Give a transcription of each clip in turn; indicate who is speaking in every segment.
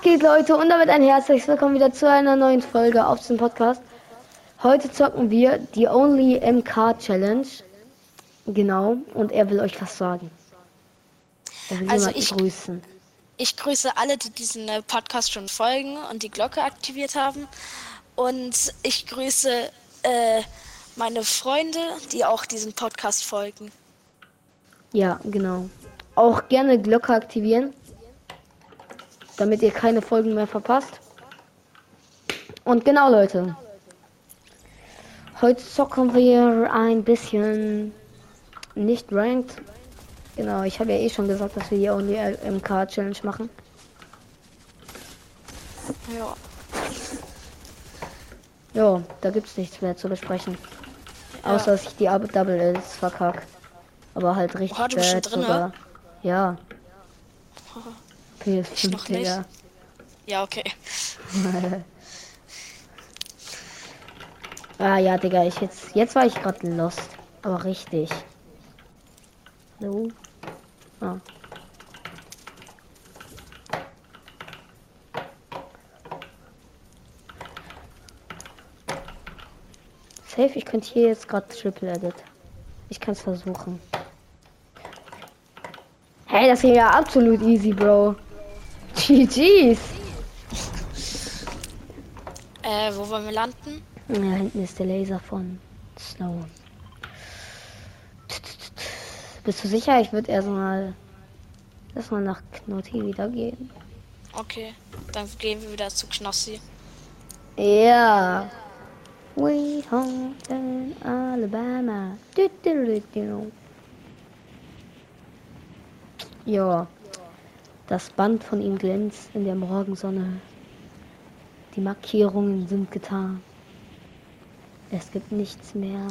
Speaker 1: geht, Leute? Und damit ein herzliches Willkommen wieder zu einer neuen Folge auf diesem Podcast. Heute zocken wir die Only MK Challenge. Genau, und er will euch was sagen. Er will
Speaker 2: Also
Speaker 1: jemanden
Speaker 2: ich-
Speaker 1: grüßen.
Speaker 2: Ich grüße alle, die diesen äh, Podcast schon folgen und die Glocke aktiviert haben. Und ich grüße äh, meine Freunde, die auch diesem Podcast folgen.
Speaker 1: Ja, genau. Auch gerne Glocke aktivieren, damit ihr keine Folgen mehr verpasst. Und genau, Leute. Heute zocken wir ein bisschen nicht ranked. Genau, ich habe ja eh schon gesagt, dass wir die Only MK Challenge machen.
Speaker 2: Ja.
Speaker 1: Jo, da gibt's nichts mehr zu besprechen.
Speaker 2: Ja.
Speaker 1: Außer dass ich die Ab- Double Ls verkack. Aber halt richtig
Speaker 2: Oh, du bist schon
Speaker 1: bad
Speaker 2: drin,
Speaker 1: sogar. Ja. PS5,
Speaker 2: Ich noch nicht.
Speaker 1: Digga.
Speaker 2: Ja, okay.
Speaker 1: Ah ja, Digga, ich jetzt. Jetzt war ich gerade lost. Aber richtig. Hallo? Ah. Safe, ich könnte hier jetzt gerade Triple Edit. Ich kann es versuchen. Hey, das ging ja absolut easy, Bro. GG's.
Speaker 2: Äh, wo wollen wir landen?
Speaker 1: Ja, hinten ist der Laser von Snow. Bist du sicher? Ich würde erstmal erstmal nach Knotti wieder gehen.
Speaker 2: Okay. Dann gehen wir wieder zu Knossi.
Speaker 1: Ja. We home in Alabama. Du, du, du, du. Ja. Das Band von ihm glänzt in der Morgensonne. Die Markierungen sind getan. Es gibt nichts mehr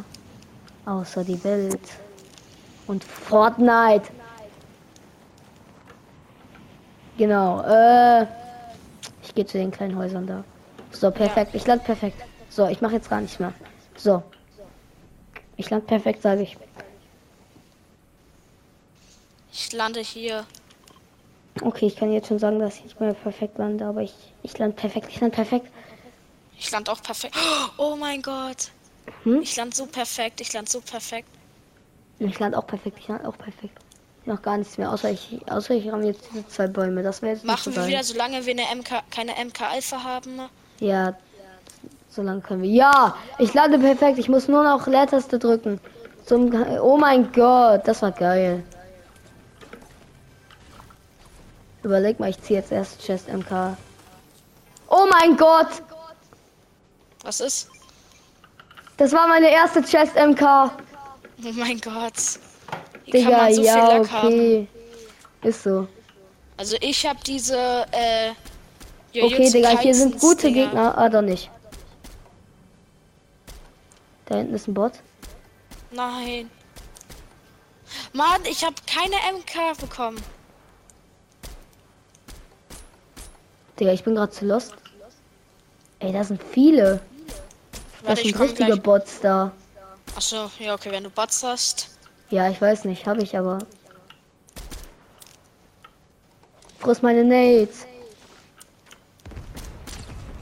Speaker 1: außer die Welt und Fortnite. Genau. Äh, ich gehe zu den kleinen Häusern da. So, perfekt. Ich land perfekt. So, ich mache jetzt gar nicht mehr. So. Ich land perfekt, sage ich.
Speaker 2: Ich lande hier.
Speaker 1: Okay, ich kann jetzt schon sagen, dass ich nicht mehr perfekt lande, aber ich, ich land perfekt. Ich land perfekt.
Speaker 2: Ich lande auch perfekt. Oh mein Gott.
Speaker 1: Hm?
Speaker 2: Ich lande so perfekt. Ich lande so perfekt.
Speaker 1: Ich land auch perfekt. Ich land auch perfekt. Ich mach gar nichts mehr, außer ich, außer ich ramme jetzt diese zwei Bäume. Das wäre jetzt
Speaker 2: Machen
Speaker 1: nicht so
Speaker 2: wir
Speaker 1: geil.
Speaker 2: wieder, solange wir eine MK, keine MK Alpha haben.
Speaker 1: Ja, so lange können wir. Ja, ich lande perfekt. Ich muss nur noch Leertaste drücken. Zum oh mein Gott, das war geil. Überleg mal, ich ziehe jetzt erst Chest MK. Oh mein Gott,
Speaker 2: Was ist?
Speaker 1: das war meine erste Chest MK.
Speaker 2: Oh mein Gott. Wie kann
Speaker 1: Digga,
Speaker 2: man so viel
Speaker 1: ja,
Speaker 2: Lack haben?
Speaker 1: okay. Ist so.
Speaker 2: Also ich habe diese äh,
Speaker 1: Okay,
Speaker 2: Jujutsu
Speaker 1: Digga, hier sind
Speaker 2: Kaisens
Speaker 1: gute
Speaker 2: Dinger.
Speaker 1: Gegner. Ah, doch nicht. Da hinten ist ein Bot.
Speaker 2: Nein. Mann, ich habe keine MK bekommen.
Speaker 1: Digga, ich bin gerade zu lost. Ey, da sind viele. Das
Speaker 2: Warte, ich
Speaker 1: sind
Speaker 2: komme
Speaker 1: richtige
Speaker 2: gleich.
Speaker 1: Bots da.
Speaker 2: Achso, ja, okay, wenn du Bots hast.
Speaker 1: Ja, ich weiß nicht, habe ich aber. Wo ist meine Nades?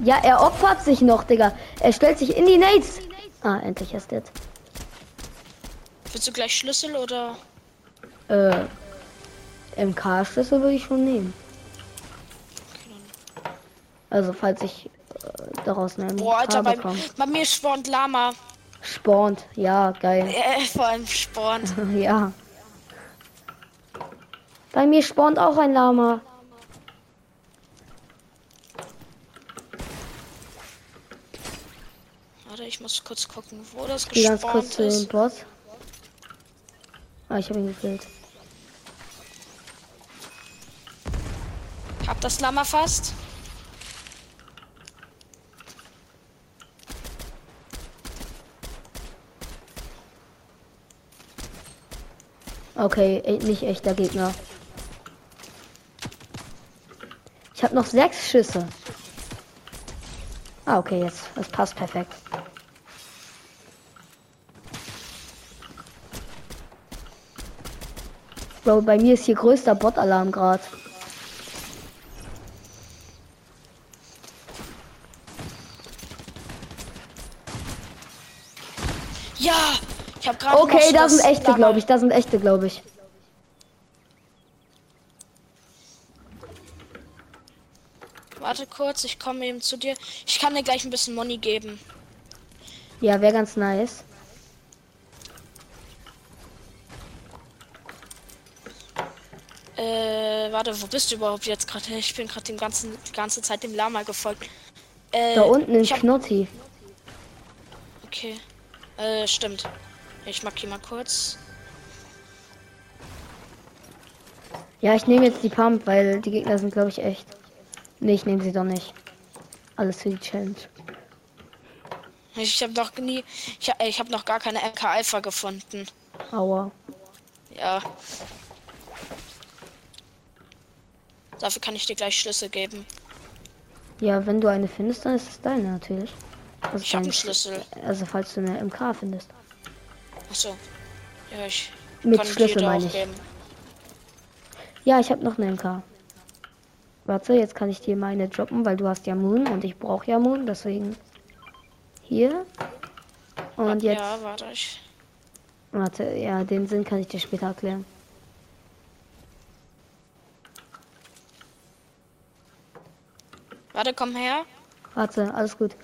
Speaker 1: Ja, er opfert sich noch, Digga. Er stellt sich in die Nades. Ah, endlich ist das.
Speaker 2: Willst du gleich Schlüssel oder?
Speaker 1: Äh, MK-Schlüssel würde ich schon nehmen. Also, falls ich äh, daraus eine
Speaker 2: Boah, Alter,
Speaker 1: MK
Speaker 2: bei,
Speaker 1: bekomme.
Speaker 2: bei mir spawnt Lama.
Speaker 1: Spawnt. Ja, geil.
Speaker 2: Äh, vor allem spawnt.
Speaker 1: Ja. Bei mir spawnt auch ein Lama.
Speaker 2: Warte, ich muss kurz gucken, wo das
Speaker 1: Ich geh ganz kurz
Speaker 2: gespawnt
Speaker 1: zu dem
Speaker 2: ist.
Speaker 1: Boss. Ah, ich habe ihn gekillt.
Speaker 2: Hab das Lama fast.
Speaker 1: Okay, e- nicht echter Gegner. Ich habe noch sechs Schüsse. Ah, okay, jetzt. Das passt perfekt. Bro, bei mir ist hier größter Bot-Alarm grad.
Speaker 2: Ja, ich habe gerade.
Speaker 1: Okay,
Speaker 2: noch
Speaker 1: da sind
Speaker 2: das
Speaker 1: echte,
Speaker 2: Lama.
Speaker 1: glaube ich. Da sind echte, glaube ich.
Speaker 2: Warte kurz, ich komme eben zu dir. Ich kann dir gleich ein bisschen Money geben.
Speaker 1: Ja, wäre ganz nice.
Speaker 2: Äh, warte, wo bist du überhaupt jetzt gerade? Ich bin gerade dem ganzen die ganze Zeit dem Lama gefolgt. Äh,
Speaker 1: Da unten in
Speaker 2: ich hab-
Speaker 1: Knotti.
Speaker 2: Okay. Äh, stimmt. Ich markiere mal kurz.
Speaker 1: Ja, ich nehme jetzt die Pump, weil die Gegner sind, glaube ich, echt. Nee, ich nehme sie doch nicht. Alles für die Challenge.
Speaker 2: Ich habe noch nie. Ich, äh, ich habe noch gar keine MK Alpha gefunden.
Speaker 1: Aua.
Speaker 2: Ja. Dafür kann ich dir gleich Schlüssel geben.
Speaker 1: Ja, wenn du eine findest, dann ist es deine natürlich. Also
Speaker 2: Ich habe
Speaker 1: dein-
Speaker 2: einen Schlüssel.
Speaker 1: Also falls du eine MK findest.
Speaker 2: Achso. Ja, ich
Speaker 1: Mit
Speaker 2: kann
Speaker 1: Schlüssel
Speaker 2: dir da
Speaker 1: meine
Speaker 2: auch
Speaker 1: ich.
Speaker 2: geben.
Speaker 1: Ja, ich habe noch eine MK. Warte, jetzt kann ich dir meine droppen, weil du hast ja Moon und ich brauche ja Moon, deswegen hier. Und jetzt,
Speaker 2: Ja, warte ich.
Speaker 1: warte, ja, den Sinn kann ich dir später erklären.
Speaker 2: Warte, komm her.
Speaker 1: Warte, alles gut.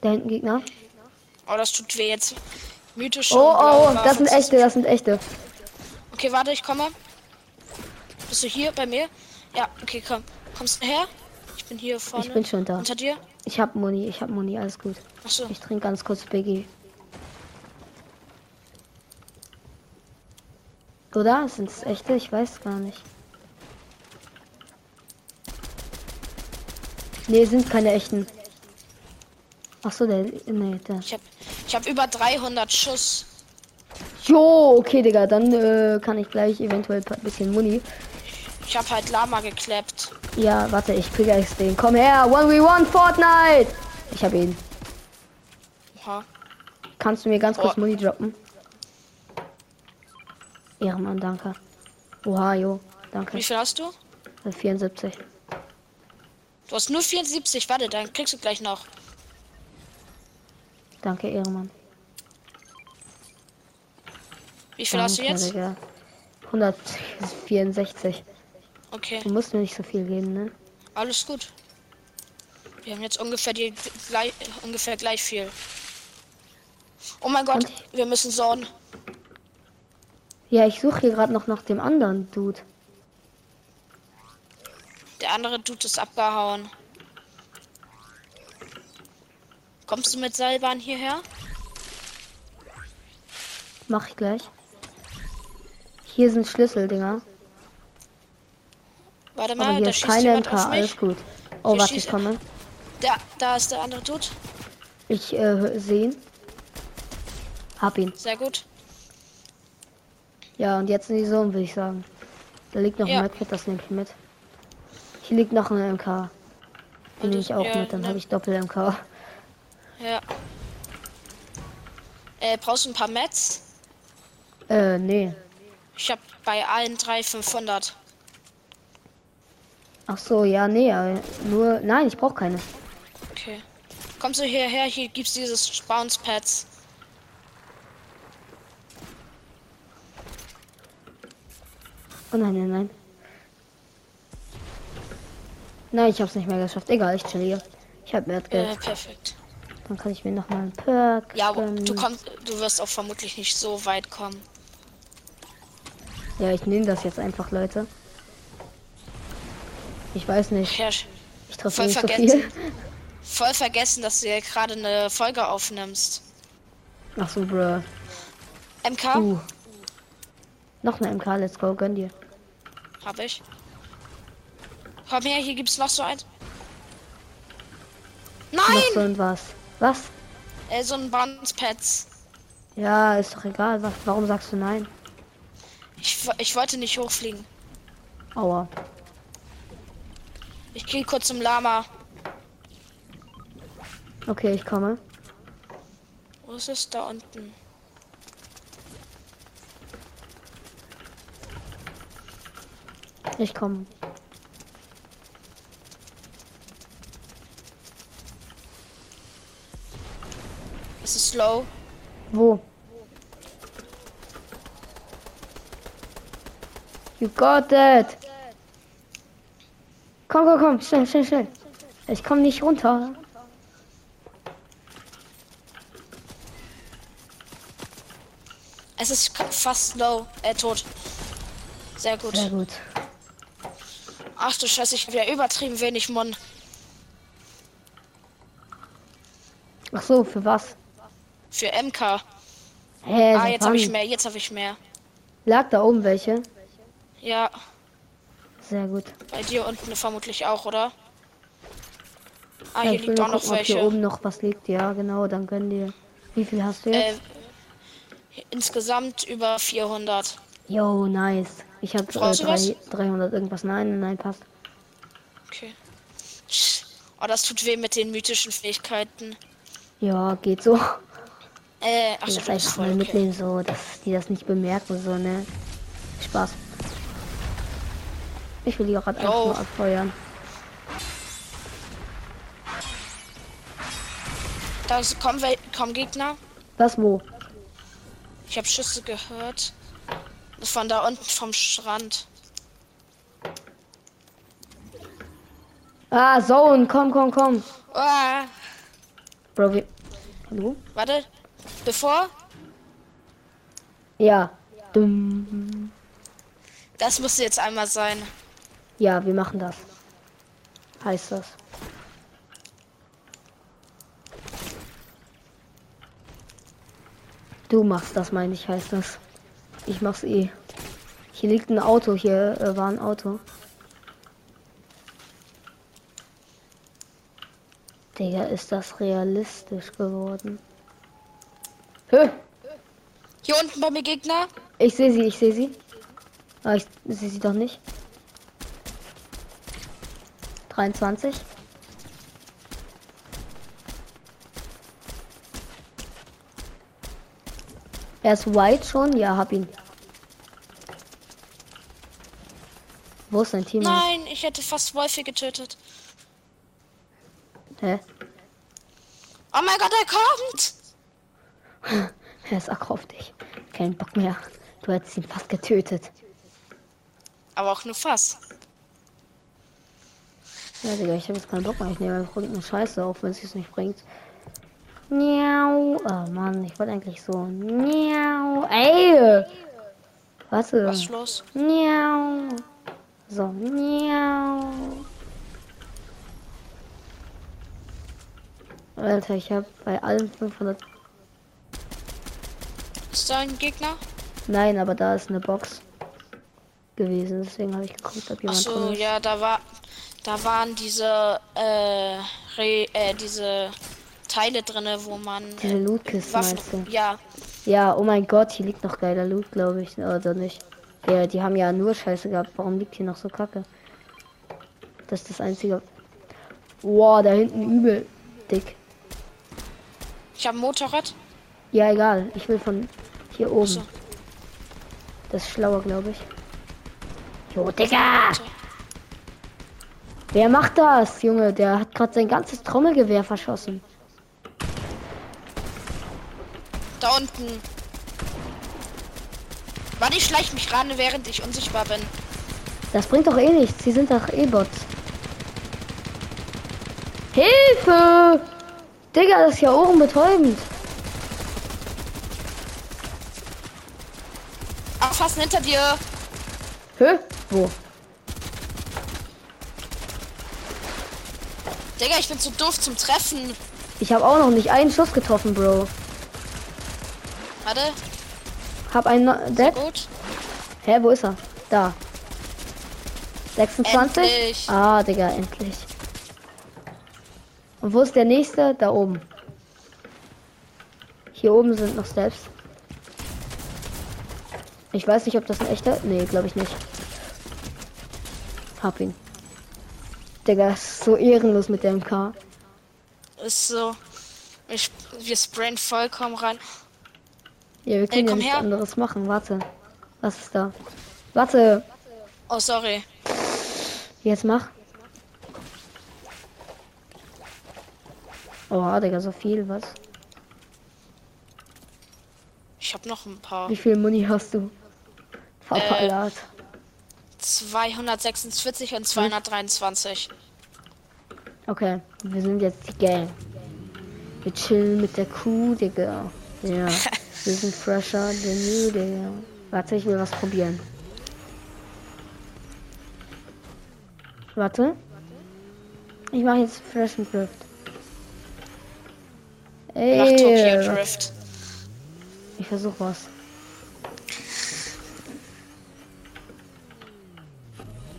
Speaker 1: Da hinten Gegner.
Speaker 2: Oh, das tut weh jetzt. Mythische.
Speaker 1: Oh,
Speaker 2: und blaue
Speaker 1: oh, oh,
Speaker 2: Waffe
Speaker 1: das sind
Speaker 2: zu-
Speaker 1: echte, das sind echte.
Speaker 2: Okay, warte, ich komme. Bist du hier bei mir? Ja, okay, komm. Kommst du her? Ich bin hier vorne.
Speaker 1: Ich bin schon da.
Speaker 2: Unter dir?
Speaker 1: Ich hab Muni, ich hab Muni, alles gut.
Speaker 2: Achso.
Speaker 1: Ich trinke ganz kurz Biggie. Oder? Sind es echte? Ich weiß gar nicht. Nee, sind keine echten. Ach so, der. Nee, der.
Speaker 2: Ich hab, ich hab über 300 Schuss.
Speaker 1: Jo, okay, Digga, dann äh, kann ich gleich eventuell ein bisschen Muni.
Speaker 2: Ich hab halt Lama geklappt.
Speaker 1: Ja, warte, ich pickaxe den. Komm her, 1v1 Fortnite! Ich hab ihn.
Speaker 2: Oha.
Speaker 1: Kannst du mir ganz kurz
Speaker 2: Oh.
Speaker 1: Muni droppen? Ehrenmann, danke. Oha, jo, danke.
Speaker 2: Wie viel hast du?
Speaker 1: Äh, 74.
Speaker 2: Du hast nur 74. Warte, dann kriegst du gleich noch.
Speaker 1: Danke, Ehrenmann.
Speaker 2: Wie viel hast du
Speaker 1: Danke,
Speaker 2: jetzt?
Speaker 1: Digga. 164.
Speaker 2: Okay,
Speaker 1: Du musst mir nicht so viel geben, ne?
Speaker 2: alles gut. Wir haben jetzt ungefähr die gleich, ungefähr gleich viel. Oh mein Gott,
Speaker 1: Und-
Speaker 2: wir müssen sorgen.
Speaker 1: Ja, ich suche hier gerade noch nach dem anderen Dude.
Speaker 2: Der andere Dude ist abgehauen. Kommst du mit Seilbahn hierher?
Speaker 1: Mach ich gleich. Hier sind Schlüssel, Digga.
Speaker 2: Warte
Speaker 1: Aber
Speaker 2: mal,
Speaker 1: hier
Speaker 2: Ah, da
Speaker 1: ist
Speaker 2: schießt
Speaker 1: keine
Speaker 2: jemand
Speaker 1: MK,
Speaker 2: auf mich.
Speaker 1: alles gut. Oh,
Speaker 2: Hier
Speaker 1: warte, ich
Speaker 2: schießt-
Speaker 1: komme.
Speaker 2: Da, da ist der andere Dude.
Speaker 1: Ich äh, sehen. Hab ihn.
Speaker 2: Sehr gut.
Speaker 1: Ja, und jetzt in die Zone, würde ich sagen. Da liegt noch
Speaker 2: Ja.
Speaker 1: ein Medkit, das nehme ich mit. Hier liegt noch ein MK. Den nehme ich auch
Speaker 2: Ja,
Speaker 1: mit, dann
Speaker 2: ne.
Speaker 1: habe ich Doppel-MK.
Speaker 2: Ja. Äh, brauchst du ein paar Mets?
Speaker 1: Äh, nee.
Speaker 2: Ich hab bei allen drei 500.
Speaker 1: Ach so, ja, nee, aber nur. Nein, ich brauche keine.
Speaker 2: Okay. Kommst du hierher? Hier gibt's dieses Bounce Pads.
Speaker 1: Oh nein, nein, nein. Nein, ich hab's nicht mehr geschafft. Egal, ich chill hier. Ich hab mehr
Speaker 2: Äh,
Speaker 1: Geld.
Speaker 2: perfekt.
Speaker 1: Dann kann ich mir nochmal einen Perk.
Speaker 2: Ja, aber du
Speaker 1: gönnen.
Speaker 2: kommst, du wirst auch vermutlich nicht so weit kommen.
Speaker 1: Ja, ich nehme das jetzt einfach, Leute. Ich weiß nicht.
Speaker 2: Ja,
Speaker 1: Ich treffe eh
Speaker 2: voll
Speaker 1: nicht so
Speaker 2: vergessen.
Speaker 1: viel.
Speaker 2: voll vergessen, dass du ja gerade eine Folge aufnimmst.
Speaker 1: Ach so, bruh.
Speaker 2: MK?
Speaker 1: Uh. Noch eine MK, let's go, gönn dir.
Speaker 2: Hab ich. Komm her, hier gibt's noch so eins.
Speaker 1: Noch
Speaker 2: Nein!
Speaker 1: so und was. Was?
Speaker 2: Äh, so ein Bounce Pads.
Speaker 1: Ja, ist doch egal. Was, warum sagst du nein?
Speaker 2: Ich, wo- ich wollte nicht hochfliegen.
Speaker 1: Aua.
Speaker 2: Ich gehe kurz zum Lama.
Speaker 1: Okay, ich komme.
Speaker 2: Wo ist es? Da unten.
Speaker 1: Ich komme.
Speaker 2: Es ist low.
Speaker 1: Wo? You got it. Komm, komm, komm, schnell, schnell, schnell. Ich komme nicht runter.
Speaker 2: Es ist ka- fast low. Äh, tot. Sehr gut.
Speaker 1: Sehr gut.
Speaker 2: Ach du Scheiße, ich hab ja übertrieben wenig Mon.
Speaker 1: Ach so, für was?
Speaker 2: Für MK.
Speaker 1: Hä,
Speaker 2: Ah,
Speaker 1: seit
Speaker 2: jetzt habe ich
Speaker 1: wann?
Speaker 2: mehr, jetzt habe ich mehr.
Speaker 1: Lag da oben welche?
Speaker 2: Ja,
Speaker 1: Sehr gut.
Speaker 2: bei dir unten vermutlich auch, oder?
Speaker 1: Ja,
Speaker 2: Ah, hier
Speaker 1: ich will
Speaker 2: liegt
Speaker 1: nur
Speaker 2: auch noch
Speaker 1: gucken, ob hier
Speaker 2: welche.
Speaker 1: oben noch was liegt. Ja, genau, dann gönn dir. Wie viel hast du
Speaker 2: Äh,
Speaker 1: jetzt?
Speaker 2: insgesamt über 400.
Speaker 1: Yo, nice. Ich habe äh,
Speaker 2: Brauchst du was?
Speaker 1: drei, 300 irgendwas. Nein, nein, passt.
Speaker 2: Okay. Tsch. Oh, das tut weh mit den mythischen Fähigkeiten.
Speaker 1: Ja, geht so.
Speaker 2: Äh, ach
Speaker 1: Ich
Speaker 2: so,
Speaker 1: das
Speaker 2: du bist
Speaker 1: einfach
Speaker 2: voll
Speaker 1: mal
Speaker 2: okay.
Speaker 1: mitnehmen, so, dass die das nicht bemerken, so, ne? Spaß. Ich will die auch einfach
Speaker 2: Yo.
Speaker 1: mal abfeuern.
Speaker 2: Da ist- kommen, wel- kommen Gegner.
Speaker 1: Was, wo?
Speaker 2: Ich habe Schüsse gehört. Von da unten vom Strand.
Speaker 1: Ah, Zone, komm, komm, komm.
Speaker 2: Ah,
Speaker 1: Bro, wir... Hallo?
Speaker 2: warte. Bevor,
Speaker 1: Ja. Dumm.
Speaker 2: das musste jetzt einmal sein.
Speaker 1: Ja, wir machen das. Heißt das. Du machst das, meine ich, heißt das. Ich mach's eh. Hier liegt ein Auto, hier äh, war ein Auto. Digga, ist das realistisch geworden. Hö,
Speaker 2: Hier unten bei mir Gegner.
Speaker 1: ich sehe sie, ich sehe sie. Ah, ich sehe sie doch nicht. 23. Er ist white schon? Ja, hab ihn. Wo ist dein Team?
Speaker 2: Nein, ich hätte fast Wolfi getötet.
Speaker 1: Hä?
Speaker 2: Oh mein Gott, er kommt!
Speaker 1: Er ist aggro auf dich. Kein Bock mehr. Du hättest ihn fast getötet.
Speaker 2: Aber auch nur fast.
Speaker 1: Ja, Digga, ich habe jetzt keinen Bock mehr. Ich nehme einfach irgendeine Scheiße auf, wenn es jetzt nicht bringt. Miau. Oh Mann, ich wollte eigentlich so. Miau. Ey! Warte.
Speaker 2: Was ist los?
Speaker 1: Miau. So, miau. Alter, ich habe bei allen 500.
Speaker 2: Ist da ein Gegner?
Speaker 1: Nein, aber da ist eine Box gewesen. Deswegen habe ich geguckt, ob jemand
Speaker 2: Achso,
Speaker 1: drin ist.
Speaker 2: ja, da war. Da waren diese, äh, Re, äh, diese Teile drinne, wo man
Speaker 1: Diese Lootkiste meinst du?
Speaker 2: Waffen. Ja,
Speaker 1: Ja, oh mein Gott, hier liegt noch geiler Loot, glaube ich, oder nicht? Ja, die haben ja nur Scheiße gehabt. Warum liegt hier noch so Kacke? Das ist das einzige. Wow, da hinten übel dick.
Speaker 2: ich habe ein Motorrad.
Speaker 1: Ja, egal. Ich will von hier oben.
Speaker 2: so.
Speaker 1: Das ist schlauer, glaube ich. Jo, Digga! Wer macht das, Junge? Der hat gerade sein ganzes Trommelgewehr verschossen.
Speaker 2: Da unten. Warte, ich schleich mich ran, während ich unsichtbar bin.
Speaker 1: Das bringt doch eh nichts. Sie sind doch eh Bots. Hilfe! Digga, das ist ja ohrenbetäubend.
Speaker 2: Ah, fast hinter dir.
Speaker 1: Hä? Wo?
Speaker 2: Digga, ich bin zu doof zum Treffen.
Speaker 1: Ich habe auch noch nicht einen Schuss getroffen, Bro.
Speaker 2: Warte,
Speaker 1: Hab einen no Dead?
Speaker 2: gut.
Speaker 1: Hä, wo ist er? Da. 26?
Speaker 2: Endlich.
Speaker 1: Ah, Digga, endlich. Und wo ist der nächste? Da oben. Hier oben sind noch Steps. Ich weiß nicht, ob das ein echter. Nee, glaube ich nicht. Hab ihn. Digga, ist so ehrenlos mit der MK.
Speaker 2: Ist so. Ich, wir sprayen vollkommen rein.
Speaker 1: Ja, wir können ja
Speaker 2: komm
Speaker 1: nichts
Speaker 2: her.
Speaker 1: anderes machen. Warte. Was ist da? Warte.
Speaker 2: Oh, sorry.
Speaker 1: Jetzt mach. Oh, Digga, so viel, was?
Speaker 2: Ich habe noch ein paar. Äh.
Speaker 1: Wie viel Muni hast du? Verpallert.
Speaker 2: 246 und 223.
Speaker 1: Okay, wir sind jetzt die Gang. Wir chillen mit der Kuh, Digga. Ja, wir sind fresher denn you, Digga. Warte, ich will was probieren. Warte. Ich mache jetzt freshen Drift.
Speaker 2: Nach
Speaker 1: Ey,
Speaker 2: Tokyo Drift.
Speaker 1: Ich versuche was.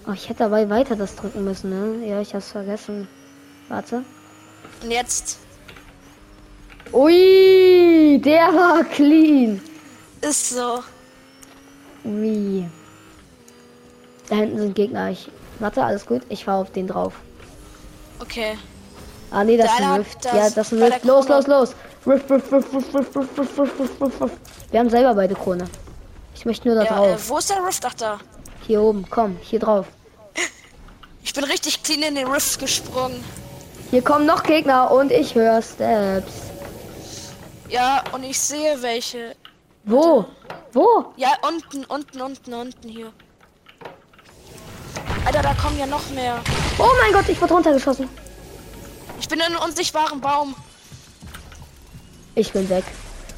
Speaker 1: Oh, ich hätte dabei weiter das drücken müssen, ne? Ja, ich hab's vergessen. Warte.
Speaker 2: Und jetzt
Speaker 1: Ui, der war clean.
Speaker 2: ist so.
Speaker 1: Ui. Da hinten sind Gegner. Ich warte, alles gut. Ich fahr auf den drauf.
Speaker 2: Okay.
Speaker 1: Ah nee, das ist
Speaker 2: Deiner
Speaker 1: ein
Speaker 2: hat
Speaker 1: Rift.
Speaker 2: das
Speaker 1: ja, das ist ein
Speaker 2: bei der
Speaker 1: Rift. Los,
Speaker 2: Krone.
Speaker 1: los, los. Rift, Rift, Rift, Rift, Rift, Rift, Rift, Rift, Rift, Rift, Rift. Wir haben selber beide Krone. Ich möchte nur da
Speaker 2: Ja, ähm.
Speaker 1: drauf.
Speaker 2: äh, wo ist der Rift? Ach da.
Speaker 1: Hier oben, komm, hier drauf.
Speaker 2: Ich bin richtig clean in den Rift gesprungen.
Speaker 1: Hier kommen noch Gegner und ich höre Steps.
Speaker 2: Ja, und ich sehe welche.
Speaker 1: Wo? Wo?
Speaker 2: Ja, unten, unten, unten, unten hier. Alter, da kommen ja noch mehr.
Speaker 1: Oh mein Gott, ich wurde runtergeschossen.
Speaker 2: Ich bin in einem unsichtbaren Baum.
Speaker 1: Ich bin weg.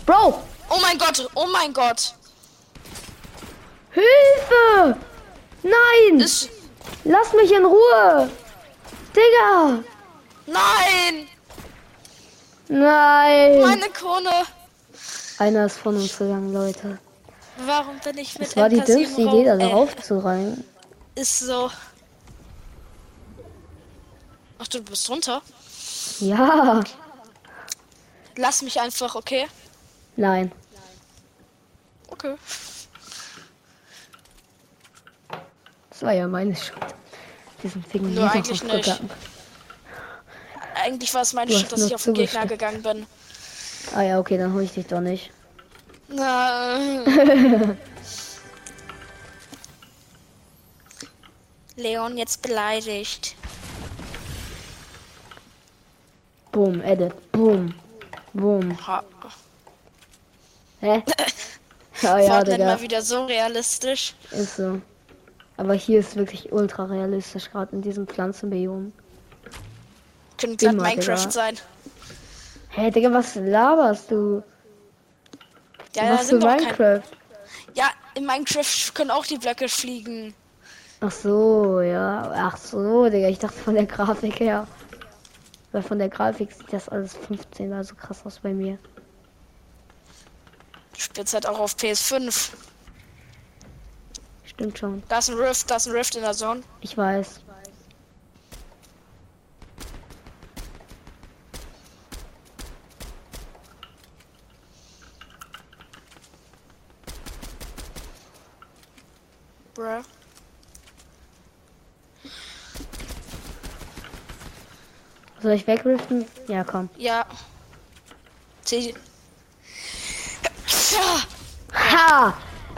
Speaker 1: Bro,
Speaker 2: Oh mein Gott, oh mein Gott.
Speaker 1: Hilfe! Nein!
Speaker 2: Ist.
Speaker 1: Lass mich in Ruhe! Digga!
Speaker 2: Nein!
Speaker 1: Nein!
Speaker 2: Meine Krone!
Speaker 1: Einer ist von uns gegangen, Leute.
Speaker 2: Warum bin ich mit
Speaker 1: Es war die also
Speaker 2: dem Casino
Speaker 1: dümmste Idee, da
Speaker 2: rauf? Ey,
Speaker 1: drauf zu rein.
Speaker 2: Äh, Ist so. Ach, du bist runter?
Speaker 1: Ja!
Speaker 2: Lass mich einfach, okay?
Speaker 1: Nein.
Speaker 2: Okay.
Speaker 1: Das war ja meine Schuld. Diesen Ficken
Speaker 2: Nur eigentlich nicht. Eigentlich war es meine
Speaker 1: Du
Speaker 2: Schuld,
Speaker 1: hast
Speaker 2: dass
Speaker 1: nur
Speaker 2: ich auf den Gegner
Speaker 1: zugestimmt.
Speaker 2: gegangen bin.
Speaker 1: Ah ja, okay, dann hol ich dich doch nicht.
Speaker 2: Nein. Leon jetzt beleidigt.
Speaker 1: Boom, edit. Boom. Boom.
Speaker 2: Ha.
Speaker 1: Hä? Ah ja,
Speaker 2: Fortnite
Speaker 1: Digga.
Speaker 2: mal wieder so realistisch.
Speaker 1: Ist so. Aber hier ist wirklich ultra realistisch, gerade in diesem Pflanzenbiom.
Speaker 2: Könnte glatt
Speaker 1: Immer,
Speaker 2: Minecraft
Speaker 1: Digga.
Speaker 2: sein.
Speaker 1: Hä, hey, Digga, was laberst du?
Speaker 2: Ja, da
Speaker 1: was für
Speaker 2: sind doch keine.
Speaker 1: Minecraft?
Speaker 2: Ja, in Minecraft können auch die Blöcke fliegen.
Speaker 1: Ach so, ja. Ach so, Digga, ich dachte von der Grafik her. Weil von der Grafik sieht das alles 15 mal so krass aus bei mir.
Speaker 2: Du spielst halt auch auf PS5.
Speaker 1: Stimmt schon.
Speaker 2: Da ist ein Rift, da ist ein Rift in der Zone.
Speaker 1: Ich weiß.
Speaker 2: Bruh.
Speaker 1: Soll ich wegriften? Ja, komm.
Speaker 2: Ja. Zieh. Ja.
Speaker 1: Ha!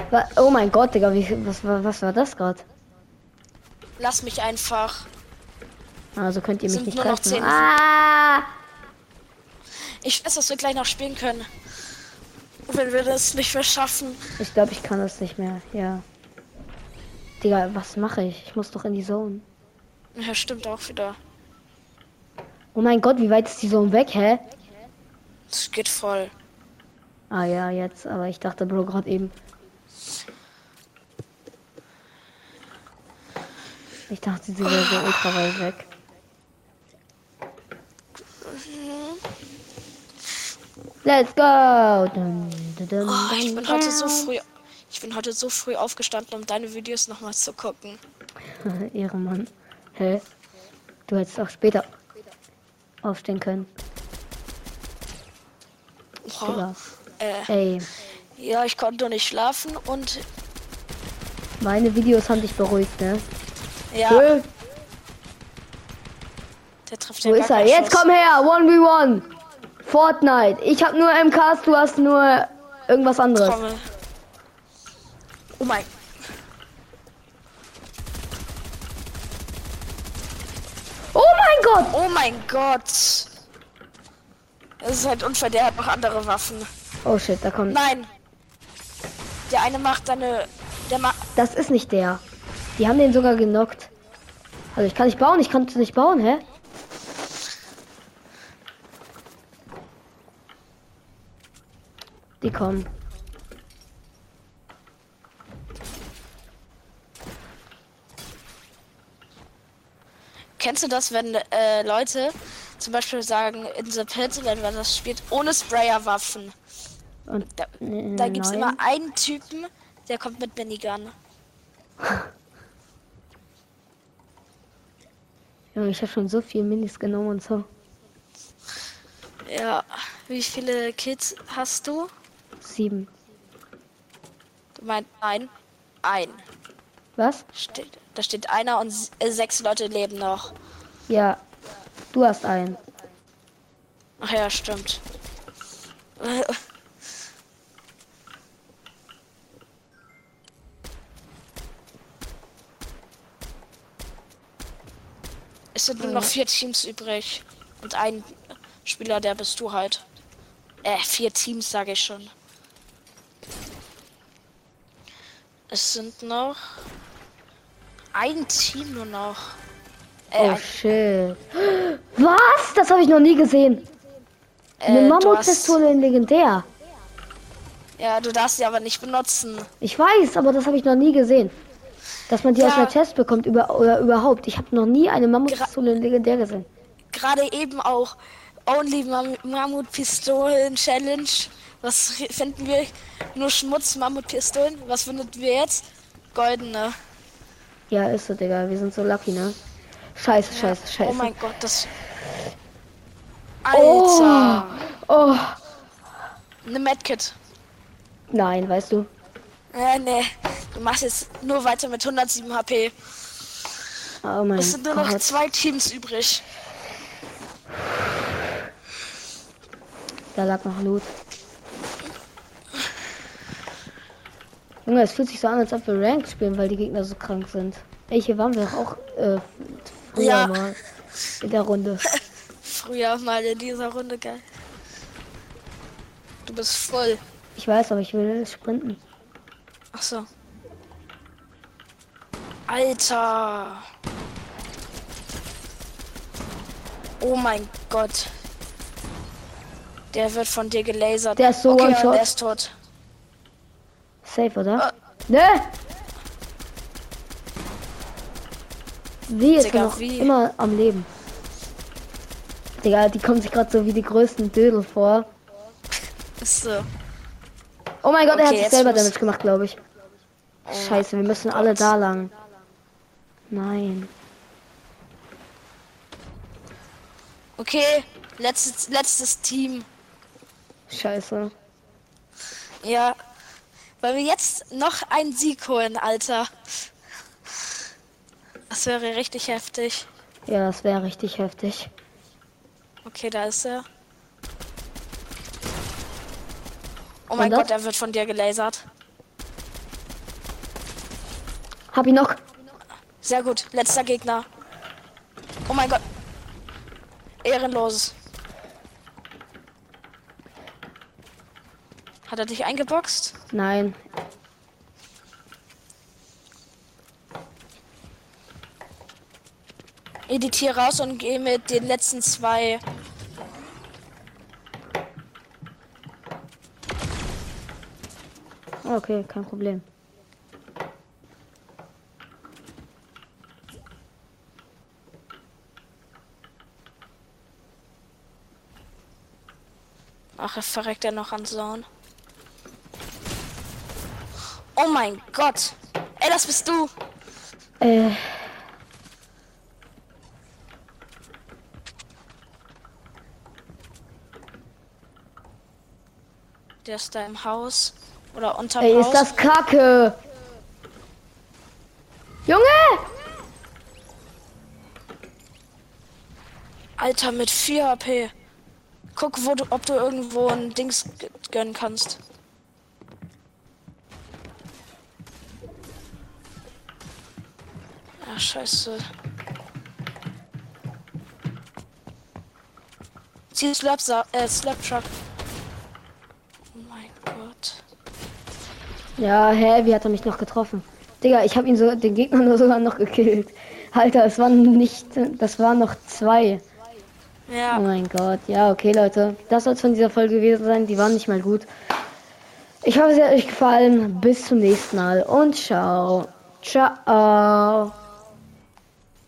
Speaker 1: Wa- Oh mein Gott, Digga, wie, was, war- was war das gerade?
Speaker 2: Lass mich einfach.
Speaker 1: Also könnt ihr mich
Speaker 2: Sind
Speaker 1: nicht
Speaker 2: nur noch
Speaker 1: treffen.
Speaker 2: 10.
Speaker 1: Ah!
Speaker 2: Ich weiß, dass wir gleich noch spielen können. Wenn wir das nicht mehr schaffen.
Speaker 1: Ich glaube, ich kann das nicht mehr. Ja. Digga, was mache ich? Ich muss doch in die Zone.
Speaker 2: Ja, stimmt auch wieder.
Speaker 1: Oh mein Gott, wie weit ist die Zone weg, hä?
Speaker 2: Das geht voll.
Speaker 1: Ah ja, jetzt, aber ich dachte, Bro, gerade eben. Ich dachte, sie wäre so ultra weit weg. Let's go! Dum, dum, dum,
Speaker 2: Oh, ich bin
Speaker 1: dum,
Speaker 2: heute so früh. Ich bin heute so früh aufgestanden, um deine Videos nochmal zu gucken.
Speaker 1: dum. Ehrenmann. Hä? Du hättest auch später aufstehen können.
Speaker 2: Oha.
Speaker 1: Digga.
Speaker 2: Äh,
Speaker 1: Ey,
Speaker 2: ja, ich konnte nicht schlafen und
Speaker 1: meine Videos haben dich beruhigt, ne?
Speaker 2: ja,
Speaker 1: Hä?
Speaker 2: der trifft
Speaker 1: Wo
Speaker 2: ja
Speaker 1: ist
Speaker 2: gar
Speaker 1: er?
Speaker 2: keinen
Speaker 1: Jetzt
Speaker 2: Schuss.
Speaker 1: komm her, 1v1. Fortnite. Ich hab nur MKs, du hast nur irgendwas anderes.
Speaker 2: Trommel. Oh mein.
Speaker 1: Oh mein Gott!
Speaker 2: Oh mein Gott. Das ist halt unfair, der hat noch andere Waffen.
Speaker 1: Oh shit, da kommt.
Speaker 2: Nein. Der eine macht seine. Der macht.
Speaker 1: Das ist nicht der. Die haben den sogar genockt. Also ich kann nicht bauen, ich kann es nicht bauen, hä? Die kommen.
Speaker 2: Kennst du das, wenn äh, Leute zum Beispiel sagen, in the pit, wenn man das spielt, ohne Sprayerwaffen?
Speaker 1: Und
Speaker 2: Da,
Speaker 1: N-
Speaker 2: da gibt es
Speaker 1: nein.
Speaker 2: immer einen Typen, der kommt mit Minigun.
Speaker 1: Junge, ich habe schon so viel Minis genommen und so.
Speaker 2: Ja, wie viele Kids hast du?
Speaker 1: Sieben.
Speaker 2: Du meinst ein? Ein.
Speaker 1: Was?
Speaker 2: Steht, da steht einer und s- äh, sechs Leute leben noch.
Speaker 1: Ja. Du hast einen.
Speaker 2: Ach ja, stimmt. Es sind nur noch vier Teams übrig. Und ein Spieler, der bist du halt. Äh, vier Teams, sage ich schon. Es sind noch. Ein Team nur noch. Äh,
Speaker 1: Oh shit. Was? Das habe ich noch nie gesehen.
Speaker 2: ein-
Speaker 1: Eine
Speaker 2: äh, du hast-
Speaker 1: Mammutpistole in legendär.
Speaker 2: Ja, du darfst sie aber nicht benutzen.
Speaker 1: Ich weiß, aber das habe ich noch nie gesehen. Dass man die
Speaker 2: Ja.
Speaker 1: aus einer Chest bekommt über, oder überhaupt. Ich habe noch nie eine Mammutpistole in legendär gesehen.
Speaker 2: Gerade eben auch Only Mam Mammutpistolen Challenge. Was ri- finden wir? Nur Schmutz Mammutpistolen. Was finden wir jetzt? Goldene.
Speaker 1: Ja, ist so, Digga. Wir sind so lucky, ne? Scheiße, scheiße,
Speaker 2: Oh
Speaker 1: scheiße.
Speaker 2: mein Gott, das. Alter!
Speaker 1: oh.
Speaker 2: Eine Medkit.
Speaker 1: Nein, weißt du.
Speaker 2: Äh, nee. Du machst jetzt nur weiter mit 107 HP.
Speaker 1: Oh mein
Speaker 2: Es sind nur noch
Speaker 1: Gott.
Speaker 2: zwei Teams übrig.
Speaker 1: Da lag noch Loot. Junge, es fühlt sich so an, als ob wir Ranked spielen, weil die Gegner so krank sind. Ey, hier waren wir doch auch äh, früher
Speaker 2: Ja.
Speaker 1: mal in der Runde.
Speaker 2: Früher mal in dieser Runde, geil. Du bist voll.
Speaker 1: Ich weiß, aber ich will sprinten.
Speaker 2: Ach so. Alter. Oh mein Gott. Der wird von dir gelasert.
Speaker 1: Der ist so
Speaker 2: okay,
Speaker 1: one-shot.
Speaker 2: und der ist tot.
Speaker 1: Safe, oder?
Speaker 2: Ah.
Speaker 1: Ne? Wie ist
Speaker 2: Digga,
Speaker 1: er noch
Speaker 2: wie?
Speaker 1: immer am Leben? Digga, die kommen sich gerade so wie die größten Dödel vor.
Speaker 2: Ist so.
Speaker 1: Oh mein Gott, er
Speaker 2: Okay,
Speaker 1: hat sich
Speaker 2: jetzt
Speaker 1: selber
Speaker 2: muss- Oh
Speaker 1: Damage gemacht, glaube ich. Scheiße, wir müssen alle da lang. Nein.
Speaker 2: Okay, letztes, letztes Team.
Speaker 1: Scheiße.
Speaker 2: Ja. Weil wir jetzt noch einen Sieg holen, Alter. Das wäre richtig heftig.
Speaker 1: Ja, das wäre richtig heftig.
Speaker 2: Okay, da ist er. Oh
Speaker 1: Und
Speaker 2: mein
Speaker 1: das?
Speaker 2: Gott, er wird von dir gelasert.
Speaker 1: Hab ihn noch.
Speaker 2: Sehr gut, letzter Gegner. Oh mein Gott. Ehrenlos. Hat er dich eingeboxt?
Speaker 1: Nein.
Speaker 2: Editiere raus und geh mit den letzten zwei.
Speaker 1: Okay, kein Problem.
Speaker 2: Ach, er verreckt er noch an Zaun. Oh mein Gott. Ey, das bist du.
Speaker 1: Äh,
Speaker 2: Der ist da im Haus. Oder unterm
Speaker 1: ey,
Speaker 2: Haus.
Speaker 1: ist das Kacke. Junge!
Speaker 2: Alter, mit 4 HP. Guck, wo du, ob du irgendwo ein Dings g- gönnen kannst. Ach, scheiße. Zieh Slap, äh, Slap Truck. Oh mein Gott.
Speaker 1: Ja, hä, wie hat er mich noch getroffen? Digga, ich habe ihn so, den Gegner nur sogar noch gekillt. Alter, es waren nicht, das waren noch zwei.
Speaker 2: Ja.
Speaker 1: Oh mein Gott, ja, okay, Leute. Das soll es von dieser Folge gewesen sein. Die waren nicht mal gut. Ich hoffe, sie hat euch gefallen. Bis zum nächsten Mal und ciao. Ciao.